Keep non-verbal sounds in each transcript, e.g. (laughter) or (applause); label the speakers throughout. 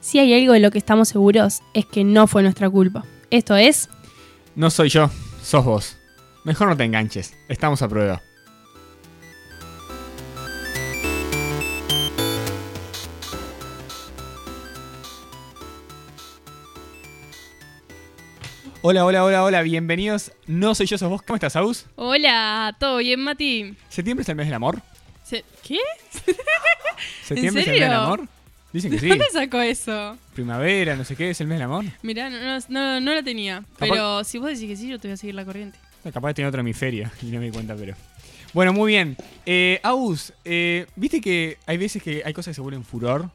Speaker 1: Si hay algo de lo que estamos seguros es que no fue nuestra culpa. Esto es,
Speaker 2: No soy yo, sos vos. Mejor no te enganches, estamos a prueba. Hola, hola, hola, hola, bienvenidos. No soy yo, sos vos. ¿Cómo estás, Aus?
Speaker 3: Hola, ¿todo bien, Mati?
Speaker 2: ¿Septiembre es el mes del amor?
Speaker 3: Se- ¿Qué?
Speaker 2: ¿Septiembre es el mes
Speaker 3: serio?
Speaker 2: del amor? Dicen que sí.
Speaker 3: ¿Dónde sacó eso?
Speaker 2: Primavera, no sé qué, es el mes del amor.
Speaker 3: Mirá, no, no, no, no la tenía. Pero si vos decís que sí, yo te voy a seguir la corriente.
Speaker 2: Eh, Capaz tenía otro hemisferio (laughs) y no me di cuenta, pero. Bueno, muy bien. Eh, Aus, eh, viste que hay veces que hay cosas que se vuelven furor.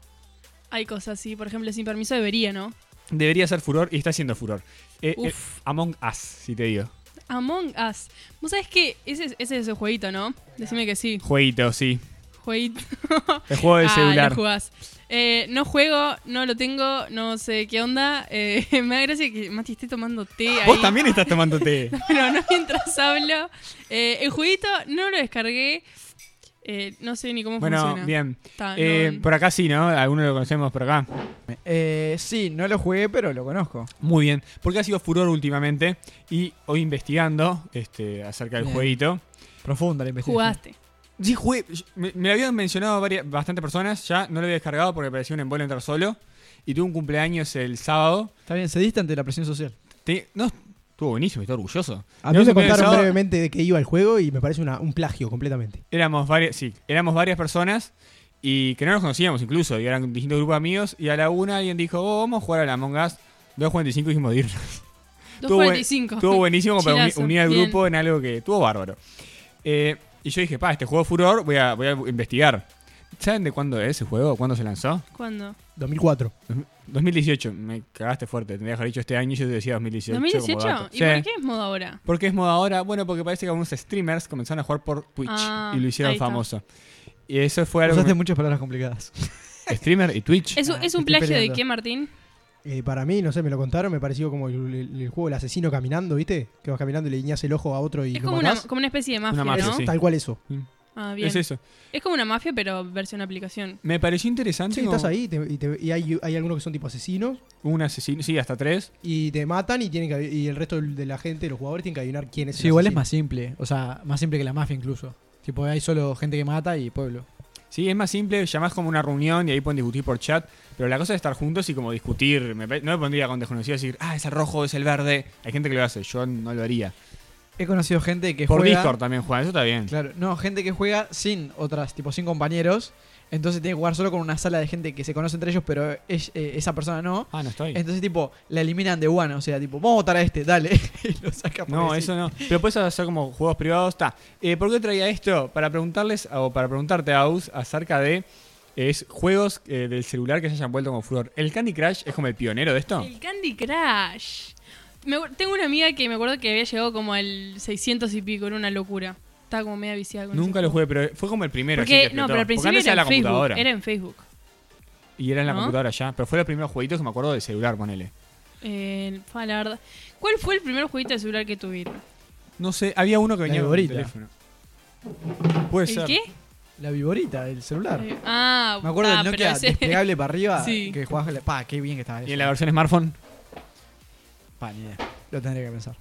Speaker 3: Hay cosas así, por ejemplo, sin permiso debería, ¿no?
Speaker 2: Debería ser furor y está siendo furor. Eh,
Speaker 3: Uf.
Speaker 2: eh, Among Us, si te digo.
Speaker 3: Among Us. ¿Vos sabés que ese, es- ese es el jueguito, no? Decime que sí.
Speaker 2: Jueguito, sí.
Speaker 3: Jueguito.
Speaker 2: El juego del
Speaker 3: ah,
Speaker 2: celular.
Speaker 3: lo jugás. Eh, no juego, no lo tengo, no sé qué onda. Eh, (laughs) me da gracia que Mati esté tomando té ahí.
Speaker 2: Vos también estás tomando té.
Speaker 3: (laughs) Pero no mientras hablo. Eh, el jueguito no lo descargué. Eh, no sé ni cómo
Speaker 2: bueno,
Speaker 3: funciona.
Speaker 2: bien.
Speaker 3: Está,
Speaker 2: Eh,
Speaker 3: no-
Speaker 2: Por acá sí, ¿no? Algunos lo conocemos por acá.
Speaker 4: Eh, sí, no lo jugué, pero lo conozco.
Speaker 2: Muy bien. Porque ha sido furor últimamente. Y hoy investigando este, acerca del
Speaker 4: Bien.
Speaker 2: jueguito.
Speaker 4: Profunda la investigación.
Speaker 3: Jugaste.
Speaker 2: Sí, jugué. Me, me lo habían mencionado varias, bastante personas. Ya no lo había descargado porque me parecía un embole entrar solo. Y tuve un cumpleaños el sábado.
Speaker 4: Está bien, se dista ante la presión social.
Speaker 2: Te- no, estuvo buenísimo, estoy orgulloso.
Speaker 5: A
Speaker 2: No,
Speaker 5: mí
Speaker 2: se
Speaker 5: me
Speaker 2: puede
Speaker 5: contaron
Speaker 2: usar-
Speaker 5: brevemente de qué iba el juego y me parece una- un plagio completamente.
Speaker 2: Éramos varias, sí, éramos varias personas y que no nos conocíamos incluso. Y eran distintos grupos de amigos. Y a la una alguien dijo, oh, vamos a jugar a la Among Us. 2.45 dijimos
Speaker 3: (laughs)
Speaker 2: de irnos. (laughs) Estuvo buen-
Speaker 3: 2.45.
Speaker 2: Estuvo buenísimo como para uni-
Speaker 3: Chilazo,
Speaker 2: unir al
Speaker 3: bien.
Speaker 2: grupo en algo que estuvo bárbaro. Eh, y yo dije, pa, este juego furor, voy a, voy a investigar. ¿Saben de cuándo es el juego? ¿Cuándo se lanzó?
Speaker 3: ¿Cuándo?
Speaker 5: 2004.
Speaker 2: 2018, me cagaste fuerte, tendría que haber dicho este año y yo te decía 2018. como
Speaker 3: ¿2018?
Speaker 2: dato.
Speaker 3: ¿Y
Speaker 2: Sí.
Speaker 3: por qué es moda ahora?
Speaker 2: Porque es moda ahora, bueno, porque parece que algunos streamers comenzaron a jugar por Twitch
Speaker 3: Ah,
Speaker 2: y lo hicieron
Speaker 3: ahí está.
Speaker 2: famoso. Y eso fue algo
Speaker 4: Usaste
Speaker 2: que
Speaker 4: muchas palabras complicadas.
Speaker 2: me- streamer y Twitch.
Speaker 3: ¿Es, un-
Speaker 4: Ah,
Speaker 3: es un
Speaker 4: estoy
Speaker 3: plagio de
Speaker 4: peleando.
Speaker 3: qué, Martín?
Speaker 5: Eh, para mí, no sé, me lo contaron, me pareció como el, el- el juego El asesino caminando, ¿viste? Que vas caminando y le guiñás el ojo a otro y
Speaker 3: Es
Speaker 5: lo
Speaker 3: como una,
Speaker 5: matás.
Speaker 3: como una especie de mafia,
Speaker 2: mafia,
Speaker 3: ¿no?
Speaker 2: sí.
Speaker 5: Tal cual eso.
Speaker 3: Ah, bien.
Speaker 2: Es
Speaker 3: Es,
Speaker 2: eso.
Speaker 3: como una mafia, pero versión aplicación.
Speaker 2: Me pareció interesante.
Speaker 5: Sí,
Speaker 2: como
Speaker 5: estás ahí y, te- y te- y hay, hay algunos que son tipo asesinos
Speaker 2: Un asesino, sí, hasta tres.
Speaker 5: y te matan y tienen que, y el resto del- de la gente, los jugadores, tienen que adivinar quién es el
Speaker 4: Sí, igual es
Speaker 5: asesino.
Speaker 4: más simple. O sea, más simple que la mafia incluso. Tipo, hay solo gente que mata y pueblo.
Speaker 2: Sí, es más simple, llamás como una reunión y ahí pueden discutir por chat. Pero la cosa es estar juntos y como discutir. Me pa- no me pondría con desconocidos a decir, ah, es el rojo, es el verde. Hay gente que lo hace, yo no lo haría.
Speaker 4: He conocido gente que
Speaker 2: por
Speaker 4: juega.
Speaker 2: Discord también juegan, eso está bien.
Speaker 4: Claro, no, gente que juega sin otras, tipo sin compañeros. Entonces tiene que jugar solo con una sala de gente que se conoce entre ellos, pero es- eh, esa persona no.
Speaker 2: Ah, no estoy.
Speaker 4: Entonces, tipo, la eliminan de one. O sea, tipo, vamos a votar a este, dale. (laughs) y lo saca por
Speaker 2: No,
Speaker 4: decir.
Speaker 2: eso no. Pero puedes hacer como juegos privados. Está. Eh, ¿Por qué traía esto? Para preguntarles o para preguntarte, Aus, acerca de es, juegos eh, del celular que se hayan vuelto como furor. ¿El Candy Crush es como el pionero de esto?
Speaker 3: El Candy Crush. Me acuer- tengo una amiga que me acuerdo que había llegado como al 600 y pico, era una locura. Estaba como media viciada con
Speaker 2: Nunca
Speaker 3: ese
Speaker 2: lo
Speaker 3: juego.
Speaker 2: jugué, pero fue como el primero. así que
Speaker 3: Porque, no,
Speaker 2: explotó.
Speaker 3: pero
Speaker 2: Porque
Speaker 3: al principio
Speaker 2: antes era
Speaker 3: era en,
Speaker 2: la
Speaker 3: Facebook,
Speaker 2: computadora.
Speaker 3: era en Facebook.
Speaker 2: Y era en la
Speaker 3: ¿no?
Speaker 2: computadora ya. Pero fue los primeros jueguitos que me acuerdo de celular, ponele.
Speaker 3: Eh, fa, la verdad. ¿Cuál fue el primer jueguito de celular que tuvieron?
Speaker 2: No sé, había uno que venía con el
Speaker 4: viborita.
Speaker 2: teléfono. Puede
Speaker 3: ¿El
Speaker 2: ser.
Speaker 3: qué?
Speaker 4: La viborita del celular.
Speaker 3: Eh, Ah,
Speaker 4: Me acuerdo
Speaker 3: ah,
Speaker 4: del Nokia
Speaker 3: pero ese-
Speaker 4: desplegable para arriba
Speaker 3: (laughs) Sí.
Speaker 4: que jugabas con la... Pa, qué bien que estaba eso.
Speaker 2: ¿Y en la versión smartphone?
Speaker 4: Pa, ni idea. Lo tendría que pensar.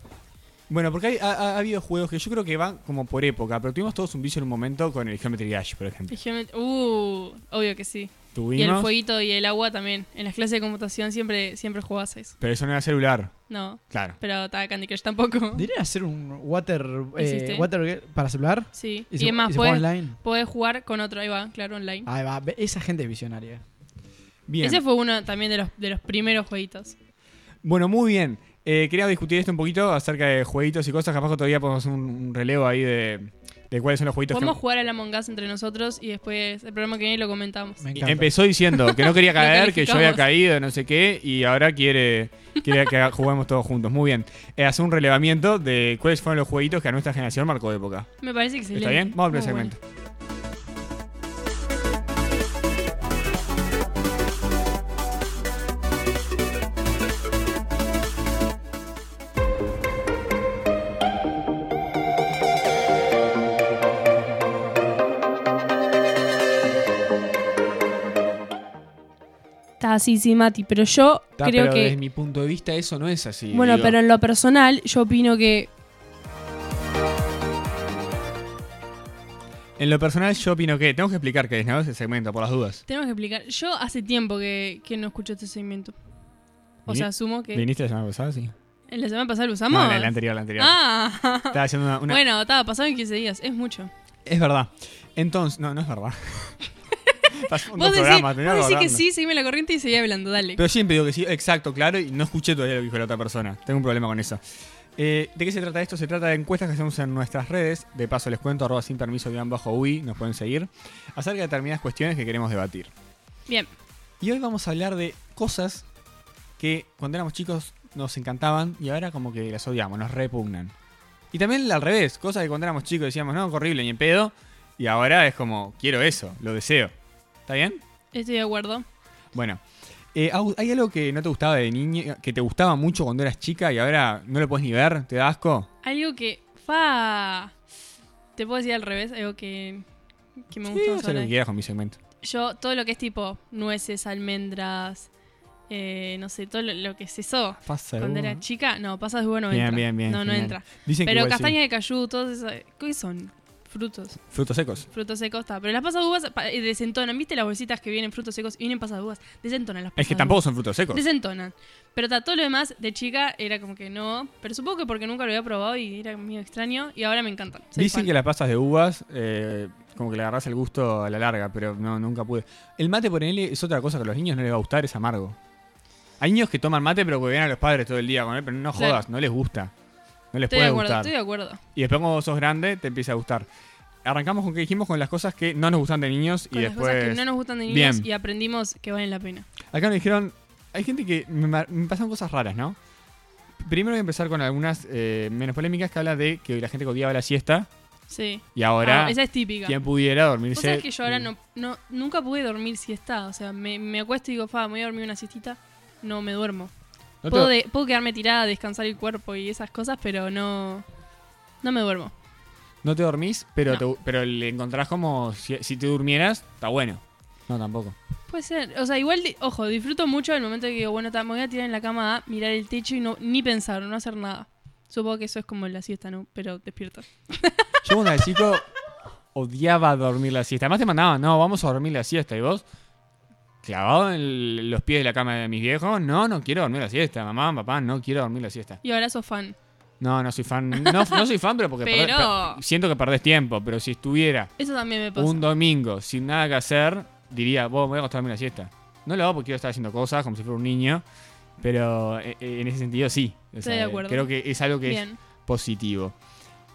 Speaker 2: Bueno, porque hay- ha, ha- ha habido juegos que yo creo que van como por época, pero tuvimos todos un vicio en un momento con el Geometry Dash, por ejemplo.
Speaker 3: Geomet- Uh, obvio que sí.
Speaker 2: Tuvimos,
Speaker 3: Y el fueguito y el agua también. En las clases de computación siempre, siempre jugabas a eso.
Speaker 2: pero eso no era celular.
Speaker 3: No,
Speaker 2: Claro.
Speaker 3: pero estaba Candy Crush tampoco.
Speaker 4: Diría hacer un water, eh,
Speaker 3: ¿Hiciste?
Speaker 4: water para celular.
Speaker 3: Sí.
Speaker 4: Y,
Speaker 3: Y,
Speaker 4: se, y
Speaker 3: además
Speaker 4: se juega
Speaker 3: podés,
Speaker 4: online.
Speaker 3: podés jugar con otro. Ahí va, claro, online.
Speaker 4: Ahí va, ve- esa gente es visionaria.
Speaker 2: Ah, Bien.
Speaker 3: Ese fue uno también de los, de los primeros jueguitos.
Speaker 2: Bueno, muy bien. Eh, quería discutir esto un poquito acerca de jueguitos y cosas. Capaz que todavía podemos hacer un, un relevo ahí de, de cuáles son los jueguitos
Speaker 3: Podemos
Speaker 2: que.
Speaker 3: jugar a la Among Us entre nosotros y después el programa que viene lo comentamos.
Speaker 4: Me
Speaker 2: Y
Speaker 4: encanta.
Speaker 2: Empezó diciendo que no quería
Speaker 3: (laughs) Lo
Speaker 2: caer, que yo había
Speaker 3: calificamos.
Speaker 2: caído, no sé qué, y ahora quiere, quiere que juguemos todos juntos. Muy bien. Eh, hacer un relevamiento de cuáles fueron los jueguitos que a nuestra generación marcó época.
Speaker 3: Me parece excelente.
Speaker 2: ¿Está bien? Vamos a abrir el
Speaker 3: Muy bueno.
Speaker 2: segmento.
Speaker 1: Ta, está así, sí, Mati, pero yo
Speaker 2: Ta,
Speaker 1: creo
Speaker 2: pero
Speaker 1: que...
Speaker 2: desde mi punto de vista eso no es así.
Speaker 1: Bueno,
Speaker 2: digo.
Speaker 1: pero en lo personal, yo opino que.
Speaker 2: En lo personal yo opino que tenemos que explicar qué es, ¿no? Ese segmento, por las dudas.
Speaker 3: Tenemos que explicar. Yo hace tiempo que, que no escucho este segmento. O
Speaker 2: Vini-
Speaker 3: sea, asumo que.
Speaker 2: ¿Viniste la semana pasada, sí?
Speaker 3: ¿En la semana pasada lo
Speaker 2: No,
Speaker 3: usamos?
Speaker 2: la, la anterior, la anterior.
Speaker 3: Ah,
Speaker 2: Estaba haciendo una... una-
Speaker 3: bueno, estaba pasado en 15 días, es mucho.
Speaker 2: Es verdad. Entonces, no, no es
Speaker 3: (laughs)
Speaker 2: verdad. Pasó un
Speaker 3: Vos decís,
Speaker 2: programa,
Speaker 3: vos
Speaker 2: tenía
Speaker 3: decís que
Speaker 2: hablando.
Speaker 3: sí, seguime la corriente y seguí hablando, dale.
Speaker 2: Pero siempre digo que sí, exacto, claro, y no escuché todavía lo que dijo la otra persona. Tengo un problema con eso. Eh, ¿De qué se trata esto? Se trata de encuestas que hacemos en nuestras redes. De paso les cuento, arroba sin permiso, guión bajo UI, nos pueden seguir. Acerca de determinadas cuestiones que queremos debatir.
Speaker 3: Bien,
Speaker 2: Y hoy vamos a hablar de cosas que cuando éramos chicos nos encantaban y ahora como que las odiamos, nos repugnan. Y también al revés, cosas que cuando éramos chicos decíamos, no, horrible, ni en pedo. Y ahora es como, quiero eso, lo deseo. ¿Está bien?
Speaker 3: estoy de acuerdo.
Speaker 2: Bueno, eh, Agus, ¿hay algo que no te gustaba de niña, que te gustaba mucho cuando eras chica y ahora no lo puedes ni ver? ¿Te da asco?
Speaker 3: Algo que. Fa. Te puedo decir al revés, algo que. Que me
Speaker 2: Sí,
Speaker 3: gustó
Speaker 2: haz
Speaker 3: sobre-
Speaker 2: lo que quieras con mi segmento.
Speaker 3: Yo, todo lo que es tipo nueces, almendras, eh, no sé, todo lo, lo que es eso.
Speaker 2: Pasa
Speaker 3: Cuando era chica, no, pasas de uva no
Speaker 2: Bien,
Speaker 3: entra.
Speaker 2: bien, bien,
Speaker 3: No, no
Speaker 2: genial.
Speaker 3: entra.
Speaker 2: Dicen que
Speaker 3: Pero
Speaker 2: igual sí.
Speaker 3: castaña de cayú, todos esos. ¿Qué son? Frutos,
Speaker 2: Frutos secos.
Speaker 3: frutos secos, está. Pero las pasas de uvas pa- eh, desentonan. ¿Viste las bolsitas que vienen frutos secos y vienen pasas de uvas? Desentonan las pasas
Speaker 2: Es que
Speaker 3: de
Speaker 2: tampoco
Speaker 3: uvas.
Speaker 2: son frutos secos.
Speaker 3: Desentonan. Pero ta, todo lo demás de chica era como que no. Pero supongo que porque nunca lo había probado y era medio extraño. Y ahora me encantan. Soy
Speaker 2: Dicen
Speaker 3: fan.
Speaker 2: que las pasas de uvas, eh, como que le agarras el gusto a la larga, pero no, nunca pude. El mate, por él es otra cosa que a los niños no les va a gustar, es amargo. Hay niños que toman mate, pero que ven a los padres todo el día con él, pero no
Speaker 3: Claro.
Speaker 2: jodas, no les gusta. No les
Speaker 3: Estoy de
Speaker 2: puede
Speaker 3: acuerdo,
Speaker 2: gustar.
Speaker 3: estoy de acuerdo.
Speaker 2: Y después cuando sos grande te empieza a gustar. Arrancamos con que dijimos con las cosas que no nos gustan de niños
Speaker 3: Con
Speaker 2: y
Speaker 3: las
Speaker 2: después.
Speaker 3: cosas que no nos gustan de
Speaker 2: Bien.
Speaker 3: niños y aprendimos que valen la pena.
Speaker 2: Acá nos dijeron. Hay gente que me, ma- me pasan cosas raras, ¿no? Primero voy a empezar con algunas eh, menos polémicas que habla de que la gente que odiaba la siesta
Speaker 3: Sí.
Speaker 2: y ahora
Speaker 3: Ah, esa es típica.
Speaker 2: quien pudiera dormirse.
Speaker 3: Vos sabés que yo ahora no, no- nunca pude dormir siesta. O sea, me, me acuesto y digo, fa, me voy a dormir una siestita. No me duermo.
Speaker 2: No te-
Speaker 3: Puedo, de- puedo quedarme tirada, descansar el cuerpo y esas cosas, pero no. No me duermo.
Speaker 2: no te dormís, pero,
Speaker 3: No.
Speaker 2: te- pero le encontrás como si, si te durmieras, está bueno. No, tampoco.
Speaker 3: Puede ser. O sea, igual, di- ojo, disfruto mucho el momento que digo, bueno, ta, me voy a tirar en la cama a mirar el techo y no ni pensar, no hacer nada. Supongo que eso es como la siesta, ¿no? Pero despierto.
Speaker 2: Yo cuando era chico odiaba dormir la siesta. Además te mandaban, no, vamos a dormir la siesta. Y vos, clavado en el- los pies de la cama de mis viejos, no, no quiero dormir la siesta. Mamá, papá, no quiero dormir la siesta.
Speaker 3: Y ahora sos fan.
Speaker 2: No, no soy fan. No, no soy fan, pero porque
Speaker 3: Pero-
Speaker 2: perdés- per- siento que perdés tiempo. Pero si estuviera
Speaker 3: Eso también me pasa.
Speaker 2: un domingo sin nada que hacer, diría, vos me voy a acostar a dormir la siesta. No lo hago porque quiero estar haciendo cosas como si fuera un niño. Pero eh, eh, en ese sentido sí. O
Speaker 3: Estoy de acuerdo.
Speaker 2: Creo que es algo que es
Speaker 3: Bien.
Speaker 2: positivo.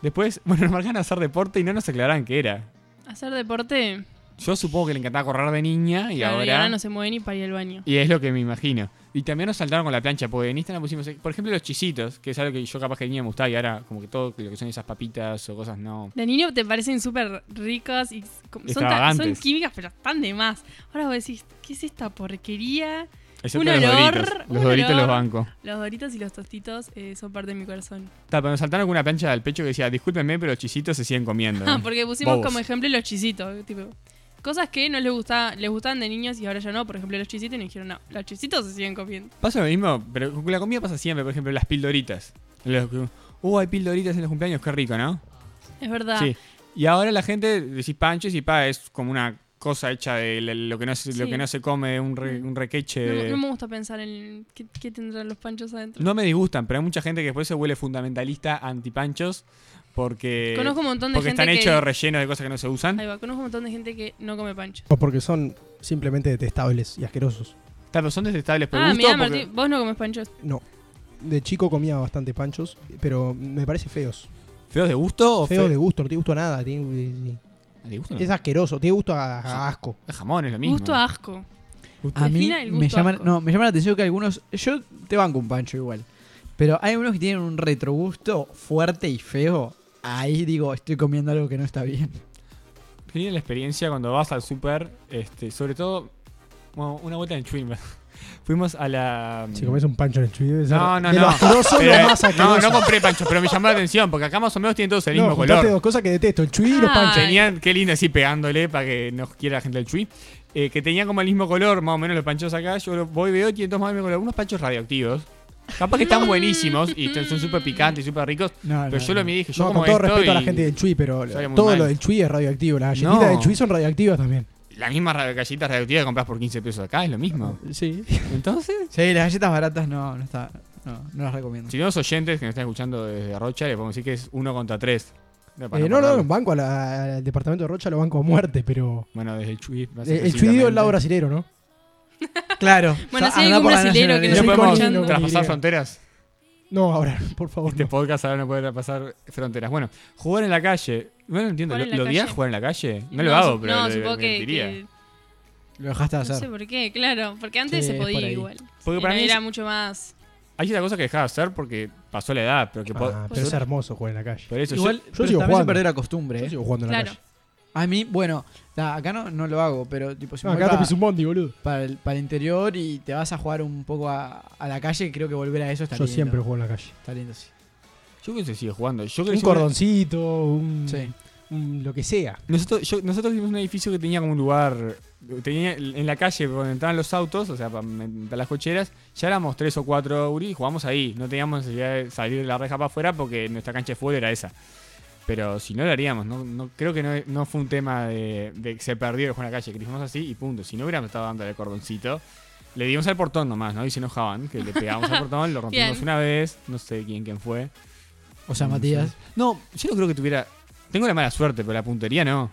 Speaker 2: Después, (laughs) bueno, nos marcan a hacer deporte y no nos aclaraban qué era.
Speaker 3: Hacer deporte.
Speaker 2: Yo supongo que le encantaba correr de niña y
Speaker 3: claro,
Speaker 2: ahora.
Speaker 3: y ahora no se mueve ni para ir al baño.
Speaker 2: Y es lo que me imagino. Y también nos saltaron con la plancha, porque en Instagram pusimos, por ejemplo, los chisitos, que es algo que yo capaz que de niña me gustaba y ahora como que todo lo que son esas papitas o cosas no.
Speaker 3: De niño te parecen súper ricas y s- como- son, tan-
Speaker 2: Extravagantes.
Speaker 3: son químicas, pero están de más. Ahora vos decís, ¿qué es esta porquería?
Speaker 2: Excepto
Speaker 3: Un
Speaker 2: los
Speaker 3: olor,
Speaker 2: doritos.
Speaker 3: un
Speaker 2: Los doritos los
Speaker 3: olor.
Speaker 2: banco.
Speaker 3: Los doritos y los tostitos eh, son parte de mi corazón.
Speaker 2: Ta, pero nos saltaron con una plancha al pecho que decía, discúlpenme, pero los chisitos se siguen comiendo.
Speaker 3: (laughs) Ah, porque pusimos
Speaker 2: Eh, Bobos.
Speaker 3: como ejemplo los chisitos. Tipo, cosas que no les, gustaba, les gustaban de niños y ahora ya no. Por ejemplo, los chisitos y nos dijeron, no, los chisitos se siguen comiendo.
Speaker 2: Pasa lo mismo, pero con la comida pasa siempre, por ejemplo, las pildoritas. Los- uh, hay pildoritas en los cumpleaños, qué rico, ¿no?
Speaker 3: Es verdad.
Speaker 2: Sí. Y ahora la gente decís panches y pa es como una cosa hecha de le- lo que no se, lo
Speaker 3: Sí.
Speaker 2: que no se come, un, re-
Speaker 3: Mm.
Speaker 2: un requeche.
Speaker 3: No,
Speaker 2: de-
Speaker 3: no me gusta pensar en qué, qué tendrán los panchos adentro.
Speaker 2: No me disgustan, pero hay mucha gente que después se vuelve fundamentalista antipanchos porque
Speaker 3: Conozco un montón de
Speaker 2: eh, porque
Speaker 3: gente
Speaker 2: están
Speaker 3: que...
Speaker 2: hechos de relleno de cosas que no se usan.
Speaker 3: Ahí va, conozco un montón de gente que no come panchos.
Speaker 5: O Pues porque son simplemente detestables y asquerosos.
Speaker 2: Está, pero son desestables por
Speaker 3: Ah,
Speaker 2: gusto.
Speaker 3: mira,
Speaker 2: porque-
Speaker 3: Martín, vos no comes panchos.
Speaker 5: No. De chico comía bastante panchos, pero me parece feos.
Speaker 2: ¿Feos de gusto o
Speaker 5: Feos
Speaker 2: fe-
Speaker 5: de gusto, no tiene gusto a nada. tiene- eh,
Speaker 2: ¿De gusto? no?
Speaker 5: Es asqueroso, tiene gusto a, a asco.
Speaker 2: El jamón es lo mismo.
Speaker 3: Gusto a asco.
Speaker 4: A mí
Speaker 3: Defina el
Speaker 4: me
Speaker 3: gusto
Speaker 4: llama,
Speaker 3: asco.
Speaker 4: no, me llama la atención que algunos. Yo te banco un pancho igual. Pero hay unos que tienen un retrogusto fuerte y feo. Ahí digo, estoy comiendo algo que no está bien. (laughs)
Speaker 2: Tiene la experiencia cuando vas al súper, este, sobre todo bueno, una vuelta en Schwimmer. (laughs) Fuimos a la
Speaker 5: Si comes un pancho en el chuy, debe ser
Speaker 2: No, no,
Speaker 5: de
Speaker 2: no.
Speaker 5: lo asqueroso,
Speaker 2: Pero,
Speaker 5: lo más
Speaker 2: no,
Speaker 5: asqueroso.
Speaker 2: no compré panchos, pero me llamó la atención porque acá más o menos tienen todos el
Speaker 5: No,
Speaker 2: mismo
Speaker 5: juntaste
Speaker 2: color.
Speaker 5: dos cosas que detesto, el chuy y los
Speaker 3: Ah.
Speaker 5: panchos.
Speaker 2: Tenían, qué lindo así pegándole para que nos quiera la gente del Chui. eh, que tenían como el mismo color, más o menos los panchos acá. Yo los voy y veo y tienen todos más o menos color. Unos panchos radioactivos. Capaz que están buenísimos y son súper picantes y súper ricos.
Speaker 4: No,
Speaker 2: Pero
Speaker 4: no,
Speaker 2: yo lo
Speaker 4: no.
Speaker 2: miré y dije, yo
Speaker 5: Ah, No,
Speaker 2: como
Speaker 5: con todo
Speaker 2: esto
Speaker 5: respeto a la
Speaker 2: y-
Speaker 5: gente del Chuy, pero
Speaker 2: sale muy
Speaker 5: todo
Speaker 2: mal.
Speaker 5: lo del Chuy es radioactivo. Las galletitas
Speaker 2: No.
Speaker 5: del Chuy son radioactivas también.
Speaker 2: La misma ra- galleta radioactiva que compras por 15 pesos acá es lo
Speaker 5: (laughs)
Speaker 2: mismo.
Speaker 4: Sí.
Speaker 2: Entonces,
Speaker 4: Sí, las galletas baratas no, no está. No, no las recomiendo.
Speaker 2: si no los oyentes que nos están escuchando desde Rocha, le podemos decir que es uno contra tres. No, para
Speaker 5: Eh,
Speaker 2: no
Speaker 5: no, no,
Speaker 2: perderlo.
Speaker 5: banco a la- al departamento de Rocha, lo banco a muerte, pero.
Speaker 2: Bueno, desde el Chuy.
Speaker 5: Eh, El Chuy dio el lado brasilero, ¿no?
Speaker 4: Claro.
Speaker 3: Bueno,
Speaker 4: O sea,
Speaker 3: si hay
Speaker 4: anda
Speaker 3: algún
Speaker 4: por la
Speaker 3: brasilero
Speaker 2: ¿No
Speaker 3: que nos
Speaker 5: Yo
Speaker 3: esté
Speaker 5: me
Speaker 2: podemos
Speaker 3: escuchando.
Speaker 5: imagino-
Speaker 2: traspasar fronteras?
Speaker 5: No, ahora, (laughs) por favor.
Speaker 2: Este
Speaker 5: no.
Speaker 2: podcast ahora no puede traspasar fronteras. Bueno, jugar en la calle. No lo entiendo.
Speaker 3: Jugar
Speaker 2: ¿Lo,
Speaker 3: en la
Speaker 2: lo odias
Speaker 3: calle?
Speaker 2: jugar en la calle? No, lo hago,
Speaker 3: su-
Speaker 2: pero
Speaker 3: No,
Speaker 2: lo,
Speaker 3: supongo
Speaker 2: lo
Speaker 3: que,
Speaker 2: mentiría.
Speaker 3: que-
Speaker 4: Lo dejaste de
Speaker 3: No sé
Speaker 4: hacer.
Speaker 3: por qué, claro. Porque antes
Speaker 4: Sí,
Speaker 3: se
Speaker 4: es por
Speaker 3: podía
Speaker 4: ahí.
Speaker 3: igual.
Speaker 2: Porque para
Speaker 3: Era-
Speaker 2: mí
Speaker 3: era mucho más.
Speaker 2: hay una cosa que dejaba de hacer porque pasó la edad. Pero que po-
Speaker 5: Ah, pero es hermoso jugar en la calle.
Speaker 2: por eso
Speaker 4: Igual,
Speaker 2: yo-
Speaker 4: pero
Speaker 5: sigo
Speaker 4: también se
Speaker 5: jugando.
Speaker 4: perdió la costumbre.
Speaker 5: Yo
Speaker 4: ¿eh?
Speaker 5: sigo jugando en la
Speaker 3: Claro.
Speaker 5: calle.
Speaker 4: A mí, bueno, ta, acá no, no lo hago, pero tipo, si
Speaker 5: Ah,
Speaker 4: me voy
Speaker 5: acá te
Speaker 4: para,
Speaker 5: piso un bondi, boludo.
Speaker 4: para el, para el interior y te vas a jugar un poco a, a la calle, creo que volver a eso está
Speaker 5: Yo
Speaker 4: lindo.
Speaker 5: siempre juego en la calle.
Speaker 4: Está lindo, sí.
Speaker 2: yo creo que se sigue jugando. Yo creo que
Speaker 5: Un
Speaker 2: yo-
Speaker 5: cordoncito, un,
Speaker 4: Sí.
Speaker 5: un lo que sea.
Speaker 2: Nosotros, yo- nosotros vivimos en un edificio que tenía como un lugar. Tenía en la calle donde entraban los autos, o sea, para, las cocheras, ya éramos tres o cuatro Uri y jugábamos ahí. No teníamos necesidad de salir de la reja para afuera porque nuestra cancha de fútbol era esa. Pero si no lo haríamos, no, no- creo que no, no fue un tema de, de que se perdió el juego en la calle, que dijimos así y punto. Si no hubiéramos estado dando el cordoncito, le dimos al portón nomás, ¿no? Y se enojaban, que le pegábamos al portón, lo rompimos
Speaker 3: Bien.
Speaker 2: una vez, no sé quién quién fue.
Speaker 4: O sea,
Speaker 2: No
Speaker 4: Matías.
Speaker 2: sé. No, yo no creo que tuviera. Tengo la mala suerte, pero la puntería no.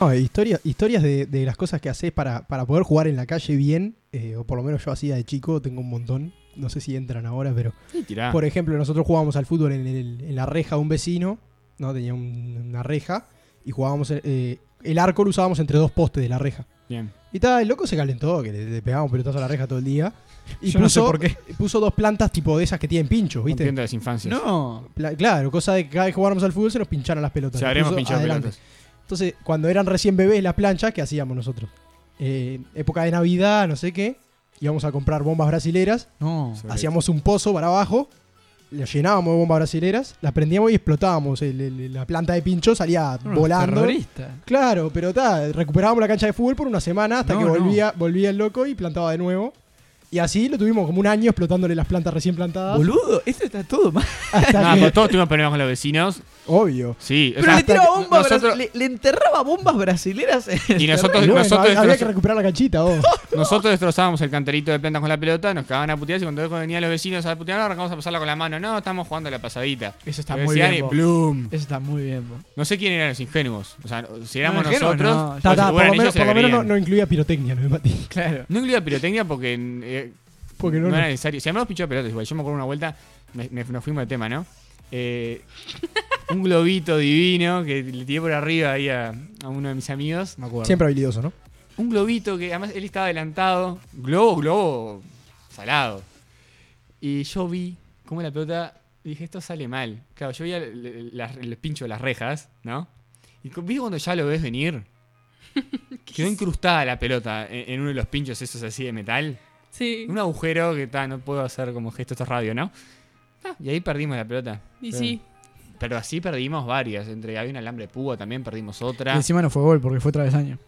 Speaker 5: No, historia- historias de, de las cosas que haces para, para poder jugar en la calle bien, eh, o por lo menos yo hacía de chico, tengo un montón. No sé si entran ahora, pero.
Speaker 2: Sí, tirá.
Speaker 5: Por ejemplo, nosotros jugábamos al fútbol en, el- en la reja de un vecino, ¿no? Tenía un- una reja, y jugábamos. eh, el arco lo usábamos entre dos postes de la reja.
Speaker 2: Bien.
Speaker 5: Y tal, el loco se calentó, que le, le pegábamos pelotazo a la reja todo el día. Y
Speaker 4: Yo no sé
Speaker 5: puso-
Speaker 4: por qué.
Speaker 5: puso dos plantas tipo de esas que tienen pinchos,
Speaker 2: ¿Viste?
Speaker 5: ¿viste?
Speaker 2: Entiendo las infancias.
Speaker 4: No.
Speaker 5: Pla- Claro, cosa de que cada vez que jugáramos al fútbol se nos pincharon las pelotas.
Speaker 2: Se
Speaker 5: Las
Speaker 2: habremos
Speaker 5: puso
Speaker 2: pinchado
Speaker 5: adelante.
Speaker 2: pelotas.
Speaker 5: Entonces, cuando eran recién bebés las planchas, ¿qué hacíamos nosotros? Eh, época de Navidad, no sé qué, íbamos a comprar bombas brasileras,
Speaker 4: No.
Speaker 2: Sí.
Speaker 5: hacíamos un pozo para abajo, lo llenábamos de bombas brasileras, las prendíamos y explotábamos. El- el- la planta de pincho
Speaker 2: Ah,
Speaker 5: salía
Speaker 4: Unos
Speaker 5: volando.
Speaker 4: terroristas.
Speaker 5: Claro, pero ta, recuperábamos la cancha de fútbol por una semana hasta
Speaker 4: No,
Speaker 5: que
Speaker 4: no.
Speaker 5: volvía, volvía el loco y plantaba de nuevo. Y así lo tuvimos como un año explotándole las plantas recién plantadas.
Speaker 4: Boludo, esto está todo mal.
Speaker 5: hasta
Speaker 2: Nada,
Speaker 5: que-
Speaker 2: pues todos tuvimos problemas con los vecinos.
Speaker 5: obvio.
Speaker 2: Sí. o
Speaker 4: Pero
Speaker 2: sea,
Speaker 4: le tiraba
Speaker 2: hasta-
Speaker 4: bombas,
Speaker 2: nosotros-
Speaker 4: bras- le, le enterraba bombas brasileras. en el
Speaker 2: Y nosotros,
Speaker 5: Y bueno,
Speaker 2: nosotros,
Speaker 5: había, había que
Speaker 2: destroz-
Speaker 5: recuperar la canchita, vos.
Speaker 2: (laughs) nosotros destrozábamos el canterito de plantas con la pelota, nos cagaban a putear y cuando venían los vecinos a putear, arrancamos a pasarla con la mano. No, estamos jugando la pasadita.
Speaker 4: (laughs) Eso está
Speaker 2: Lo
Speaker 4: muy
Speaker 2: decían
Speaker 4: bien.
Speaker 2: y
Speaker 4: vos.
Speaker 2: Bloom.
Speaker 4: Eso está muy bien. vos.
Speaker 2: No sé quién eran los ingenuos. O sea, si éramos
Speaker 4: No, ingenuos
Speaker 2: nosotros,
Speaker 4: no.
Speaker 2: pues,
Speaker 5: Ta, ta, por
Speaker 2: eran
Speaker 5: lo
Speaker 2: ellos
Speaker 5: menos,
Speaker 2: se la
Speaker 5: por lo menos no,
Speaker 2: creían.
Speaker 5: no incluía pirotecnia, lo de Mati.
Speaker 4: Claro.
Speaker 2: No incluía pirotecnia porque eh,
Speaker 5: (laughs) Porque
Speaker 2: no,
Speaker 5: no,
Speaker 2: era necesario. Si habíamos pinchado pelotas, igual yo me acuerdo una vuelta, me- me- nos fuimos de tema, ¿no? Eh, un globito divino que le tiré por arriba ahí a, a uno de mis amigos.
Speaker 4: Me acuerdo.
Speaker 5: siempre habilidoso, ¿no?
Speaker 2: Un globito que además él estaba adelantado. Globo, globo salado. Y yo vi cómo la pelota. Dije, esto sale mal. Claro, yo veía el, el- las- el pincho de las rejas, ¿no? Y cu- vi cuando ya lo ves venir. Quedó incrustada la pelota en, en uno de los pinchos esos así de metal.
Speaker 3: Sí.
Speaker 2: Un agujero que ta, no puedo hacer como gesto, esto es radio, ¿no? Ah, y ahí perdimos la pelota.
Speaker 3: Y sí.
Speaker 2: Pero así perdimos varias. Entre había un alambre de púa también, perdimos
Speaker 4: Y
Speaker 2: otra.
Speaker 4: encima no fue gol porque fue travesaño.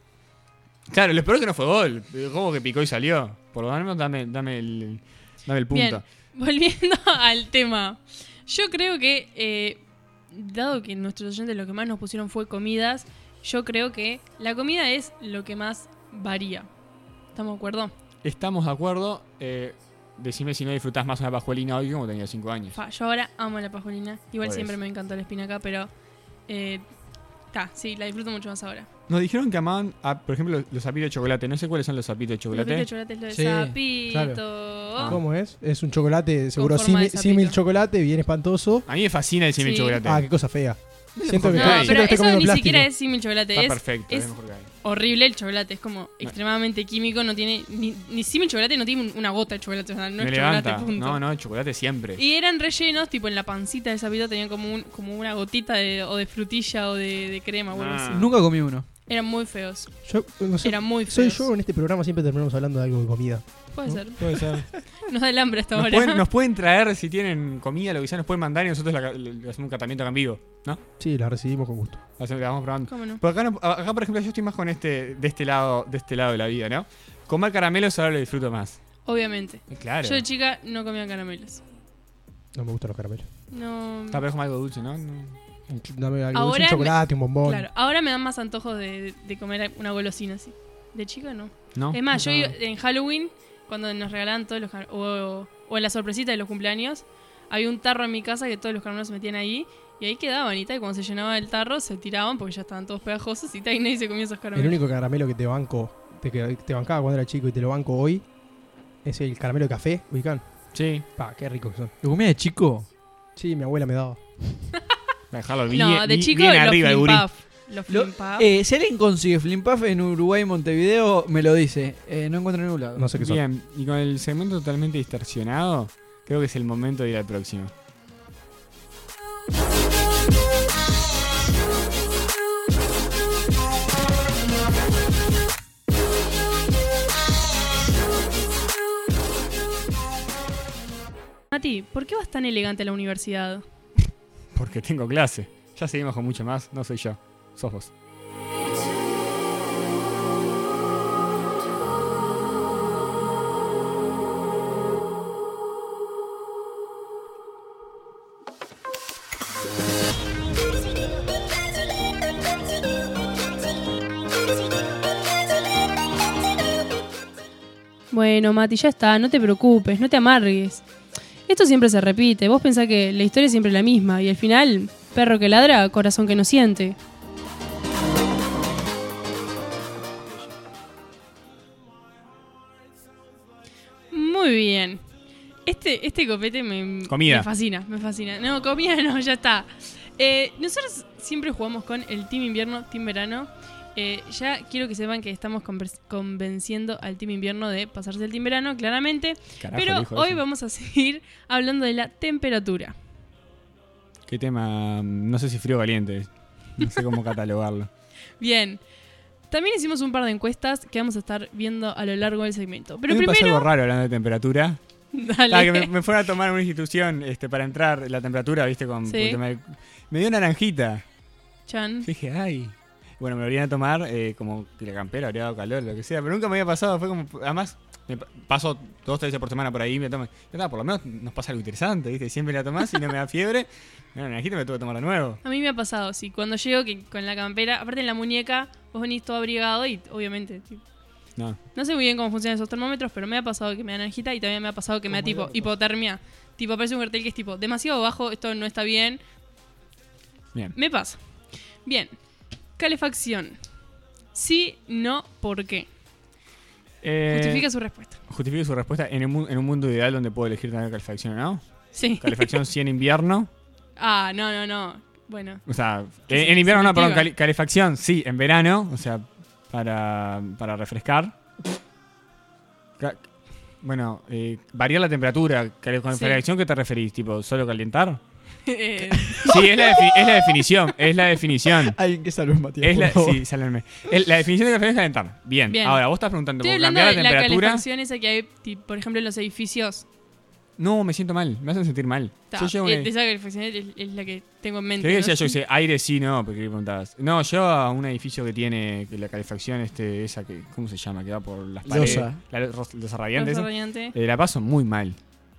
Speaker 2: Claro, lo peor es que no fue gol. Como que picó y salió. Por lo menos dame, dame el, dame el punto.
Speaker 3: Bien. Volviendo (laughs) al tema. Yo creo que, eh, dado que nuestros oyentes lo que más nos pusieron fue comidas, yo creo que la comida es lo que más varía. ¿Estamos de acuerdo?
Speaker 2: Estamos de acuerdo. eh, decime si no disfrutás más una pascualina hoy que como tenía 5 años.
Speaker 3: Fa, yo ahora amo la pajolina. Igual
Speaker 2: Por
Speaker 3: siempre
Speaker 2: eso.
Speaker 3: me encantó la espinaca, pero. eh, Ta, sí, la disfruto mucho más ahora.
Speaker 2: Nos dijeron que amaban, a- por ejemplo, los zapitos de chocolate. No sé cuáles son los zapitos de
Speaker 3: Los
Speaker 2: chocolate.
Speaker 3: de chocolate es lo de
Speaker 4: Sí,
Speaker 3: sapito.
Speaker 2: Ah.
Speaker 5: ¿Cómo es? Es un chocolate, seguro
Speaker 3: forma de
Speaker 5: símil símil
Speaker 3: sapito.
Speaker 5: chocolate, bien espantoso.
Speaker 2: A mí me fascina el cine
Speaker 3: Sí.
Speaker 2: chocolate.
Speaker 5: Ah, qué cosa fea. Siento que,
Speaker 3: No,
Speaker 2: Ay.
Speaker 5: siento
Speaker 3: pero
Speaker 5: que estoy
Speaker 3: eso ni
Speaker 5: comiendo plástico.
Speaker 3: siquiera es simil chocolate.
Speaker 2: Está
Speaker 3: es
Speaker 2: perfecto.
Speaker 3: es-
Speaker 2: es mejor que hay.
Speaker 3: horrible el chocolate. Es como extremadamente químico. No tiene. Ni, ni simil chocolate no tiene un- una gota de chocolate. O sea, no
Speaker 2: me
Speaker 3: es chocolate,
Speaker 2: levanta.
Speaker 3: punto.
Speaker 2: No, no, chocolate siempre.
Speaker 3: Y eran rellenos, tipo en la pancita del sapito tenían como, un, como una gotita de, o de frutilla o de, de crema. o algo
Speaker 2: Ah.
Speaker 3: así.
Speaker 4: Nunca comí uno.
Speaker 3: Eran muy feos.
Speaker 5: Yo, no sé,
Speaker 3: Eran muy
Speaker 5: soy
Speaker 3: feos.
Speaker 5: yo en este programa siempre terminamos hablando de algo de comida.
Speaker 3: Puede
Speaker 5: ¿no?
Speaker 3: ser. (laughs)
Speaker 5: Puede ser.
Speaker 3: Nos da el hambre hasta
Speaker 2: Nos
Speaker 3: ahora.
Speaker 2: pueden, nos pueden traer, si tienen comida, lo que sea, nos pueden mandar y nosotros la- le- le hacemos un catamiento acá en vivo, ¿no?
Speaker 5: Sí, la recibimos con gusto.
Speaker 2: Hacemos- la vamos probando.
Speaker 3: (laughs) ¿Cómo no?
Speaker 2: Por acá, no- acá, por ejemplo, yo estoy más con este, de este lado, de este lado de la vida, ¿no? Comer caramelos ahora lo disfruto más.
Speaker 3: Obviamente.
Speaker 2: Eh, Claro.
Speaker 3: Yo de chica no comía caramelos.
Speaker 5: No me gustan los caramelos.
Speaker 3: No.
Speaker 2: Está pero es como algo dulce, ¿no? No.
Speaker 5: Un ch- Dame algo,
Speaker 3: Ahora
Speaker 5: un
Speaker 3: me-
Speaker 5: chocolate, un bombón.
Speaker 3: Claro, ahora me dan más antojos de, de comer una golosina así. De chica no.
Speaker 2: ¿No?
Speaker 3: Es más, yo
Speaker 2: No.
Speaker 3: iba- en Halloween, cuando nos regalaban todos los car- o, o en la sorpresita de los cumpleaños, había un tarro en mi casa que todos los caramelos se metían ahí y ahí quedaban y tal, y cuando se llenaba el tarro se tiraban porque ya estaban todos pegajosos y tal, y nadie se comía esos
Speaker 5: El
Speaker 3: caramelos.
Speaker 5: único caramelo que te banco, te, que te bancaba cuando era chico y te lo banco hoy, es el caramelo de café, ubicán.
Speaker 2: Sí.
Speaker 5: Pa, qué rico que son.
Speaker 4: ¿Lo comía de chico?
Speaker 5: Sí, mi abuela me daba.
Speaker 2: Dejarlo bien,
Speaker 3: No, de
Speaker 2: bien-
Speaker 3: chico
Speaker 2: bien
Speaker 3: los
Speaker 2: arriba, el gurí.
Speaker 3: flimpuff, Los
Speaker 4: Lo-
Speaker 3: flimpuff.
Speaker 4: Eh, si alguien consigue Flimpuff en Uruguay, Montevideo, me lo dice. Eh, no encuentro en ningún lado.
Speaker 5: No sé qué son.
Speaker 2: Bien, y con el segmento totalmente distorsionado, creo que es el momento de ir al próximo.
Speaker 3: Mati, ¿por qué vas tan elegante a la universidad?
Speaker 2: Porque tengo clase. Ya seguimos con mucho más, no soy yo, sos vos.
Speaker 1: Bueno, Mati, ya está, no te preocupes, no te amargues. Esto siempre se repite, vos pensás que la historia es siempre la misma y al final, perro que ladra, corazón que no siente.
Speaker 3: Muy bien. Este, este copete me,
Speaker 2: Comida.
Speaker 3: me fascina, me fascina. No, comida no, ya está. Eh, nosotros siempre jugamos con el Team Invierno, Team Verano. Eh, ya quiero que sepan que estamos conver- convenciendo al Team Invierno de pasarse el Team Verano, claramente.
Speaker 2: Carajo, el hijo
Speaker 3: pero
Speaker 2: de
Speaker 3: hoy
Speaker 2: Ah, eso.
Speaker 3: vamos a seguir (laughs) hablando de la temperatura.
Speaker 2: Qué tema, mm, no sé si frío o caliente, no sé cómo (laughs) catalogarlo.
Speaker 3: Bien. También hicimos un par de encuestas que vamos a estar viendo a lo largo del segmento.
Speaker 2: A
Speaker 3: Pero
Speaker 2: mí me pasó
Speaker 3: primero,
Speaker 2: algo raro hablando de temperatura.
Speaker 3: (laughs) dale.
Speaker 2: Ah, que me, me fueron a tomar a una institución este, para entrar la temperatura, viste, con
Speaker 3: Sí.
Speaker 2: por el tema del- me dio naranjita.
Speaker 3: Chan.
Speaker 2: Dije, ay. Bueno, me lo volvían a tomar eh, como que la campera, habría dado calor, lo que sea. Pero nunca me había pasado, fue como. Además, me pa- paso dos, tres veces por semana por ahí, me tomo. Ya está, por lo menos nos pasa algo interesante, ¿viste? Siempre la tomás y no me da fiebre. (laughs) No, naranjita me tuve que tomar de nuevo.
Speaker 3: A mí me ha pasado, sí. Cuando llego que con la campera, aparte en la muñeca, vos venís todo abrigado y obviamente. tipo,
Speaker 2: No.
Speaker 3: no sé muy bien cómo funcionan esos termómetros, pero me ha pasado que me dan anjita y también me ha pasado que me da tipo hipotermia. Tipo, aparece un cartel que es tipo, demasiado bajo, esto no está bien.
Speaker 2: Bien.
Speaker 3: Me pasa. Bien. Calefacción. Sí, no, ¿por qué?
Speaker 2: Eh,
Speaker 3: Justifica su respuesta.
Speaker 2: justifique su respuesta en, el mu- en un mundo ideal donde puedo elegir tener calefacción o no.
Speaker 3: Sí.
Speaker 2: Calefacción sí en invierno.
Speaker 3: (laughs) Ah, no, no, no. Bueno, (laughs)
Speaker 2: O sea,
Speaker 3: Que
Speaker 2: en,
Speaker 3: se-
Speaker 2: en invierno
Speaker 3: se
Speaker 2: no, perdón,
Speaker 3: activa.
Speaker 2: cali- calefacción sí en verano. O sea, para, para refrescar. Ca- Bueno, eh, variar la temperatura. Cale- ¿Con
Speaker 3: Sí.
Speaker 2: calefacción qué te referís? ¿Tipo solo calentar?
Speaker 3: eh,
Speaker 2: Sí, es la, defi- es la definición. Es la
Speaker 3: (laughs)
Speaker 2: definición.
Speaker 4: Alguien que salve a Matías.
Speaker 2: Es la,
Speaker 4: por favor.
Speaker 2: sí, sálvenme. El- la definición de calefacción es calentar. Bien.
Speaker 3: Bien.
Speaker 2: Ahora, vos estás preguntando,
Speaker 3: estoy
Speaker 2: ¿por
Speaker 3: hablando de
Speaker 2: cambiar la
Speaker 3: la
Speaker 2: temperatura?
Speaker 3: calefacción esa que hay, ti- por ejemplo, en los edificios.
Speaker 2: no, me siento mal. Me hacen sentir mal.
Speaker 3: Ta,
Speaker 2: Yo llevo
Speaker 3: eh,
Speaker 2: una-
Speaker 3: de esa calefacción es, es la que tengo en mente.
Speaker 2: Creí que
Speaker 3: ¿no?
Speaker 2: decía yo, dice, aire sí, no, porque le preguntabas. No, yo a un edificio que tiene que la calefacción, este, esa que, ¿cómo se llama? Que va por las paredes.
Speaker 4: Losa.
Speaker 2: La los
Speaker 3: Los
Speaker 2: radiantes.
Speaker 3: radiantes.
Speaker 2: la paso muy mal.